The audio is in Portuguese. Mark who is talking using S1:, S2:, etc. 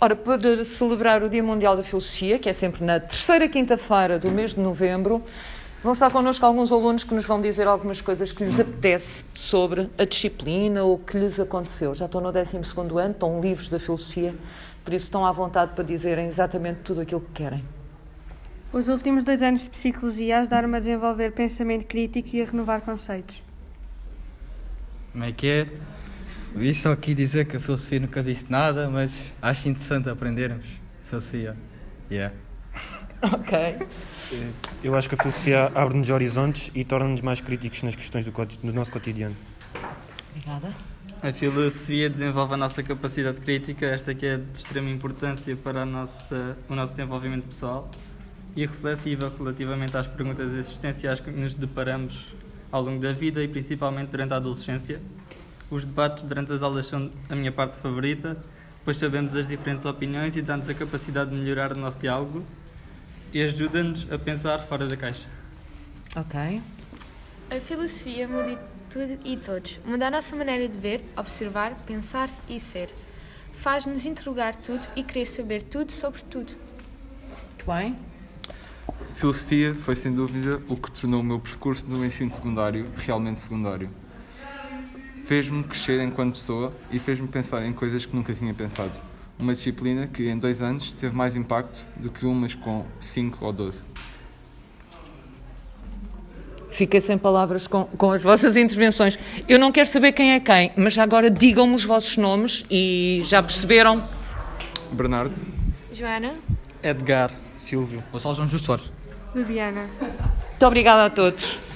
S1: Ora, para celebrar o Dia Mundial da Filosofia, que é sempre na terceira quinta-feira do mês de novembro, vão estar connosco alguns alunos que nos vão dizer algumas coisas que lhes apetece sobre a disciplina ou o que lhes aconteceu. Já estão no 12º ano, estão livres da filosofia, por isso estão à vontade para dizerem exatamente tudo aquilo que querem.
S2: Os últimos dois anos de psicologia ajudaram-me a desenvolver pensamento crítico e a renovar conceitos.
S3: Como é que é? Vi só aqui dizer que a filosofia nunca disse nada, mas acho interessante aprendermos filosofia. Yeah.
S1: Ok.
S4: Eu acho que a filosofia abre-nos horizontes e torna-nos mais críticos nas questões do, coti- do nosso cotidiano.
S1: Obrigada.
S5: A filosofia desenvolve a nossa capacidade crítica, esta que é de extrema importância para a nossa, o nosso desenvolvimento pessoal e reflexiva relativamente às perguntas existenciais que nos deparamos ao longo da vida e principalmente durante a adolescência. Os debates durante as aulas são a minha parte favorita, pois sabemos as diferentes opiniões e dá-nos a capacidade de melhorar o nosso diálogo e ajuda-nos a pensar fora da caixa.
S1: Ok.
S6: A filosofia muda tudo e todos. Muda a nossa maneira de ver, observar, pensar e ser. Faz-nos interrogar tudo e querer saber tudo sobre tudo.
S1: Muito bem.
S7: Filosofia foi sem dúvida o que tornou o meu percurso no ensino secundário realmente secundário. Fez-me crescer enquanto pessoa e fez-me pensar em coisas que nunca tinha pensado. Uma disciplina que em dois anos teve mais impacto do que umas com 5 ou 12.
S1: Fiquei sem palavras com, com as vossas intervenções. Eu não quero saber quem é quem, mas já agora digam-me os vossos nomes e já perceberam.
S7: Bernardo,
S6: Joana?
S5: Edgar.
S4: Silvio.
S3: Ou só João Justo Soares.
S2: Bibiana.
S1: Muito obrigada a todos.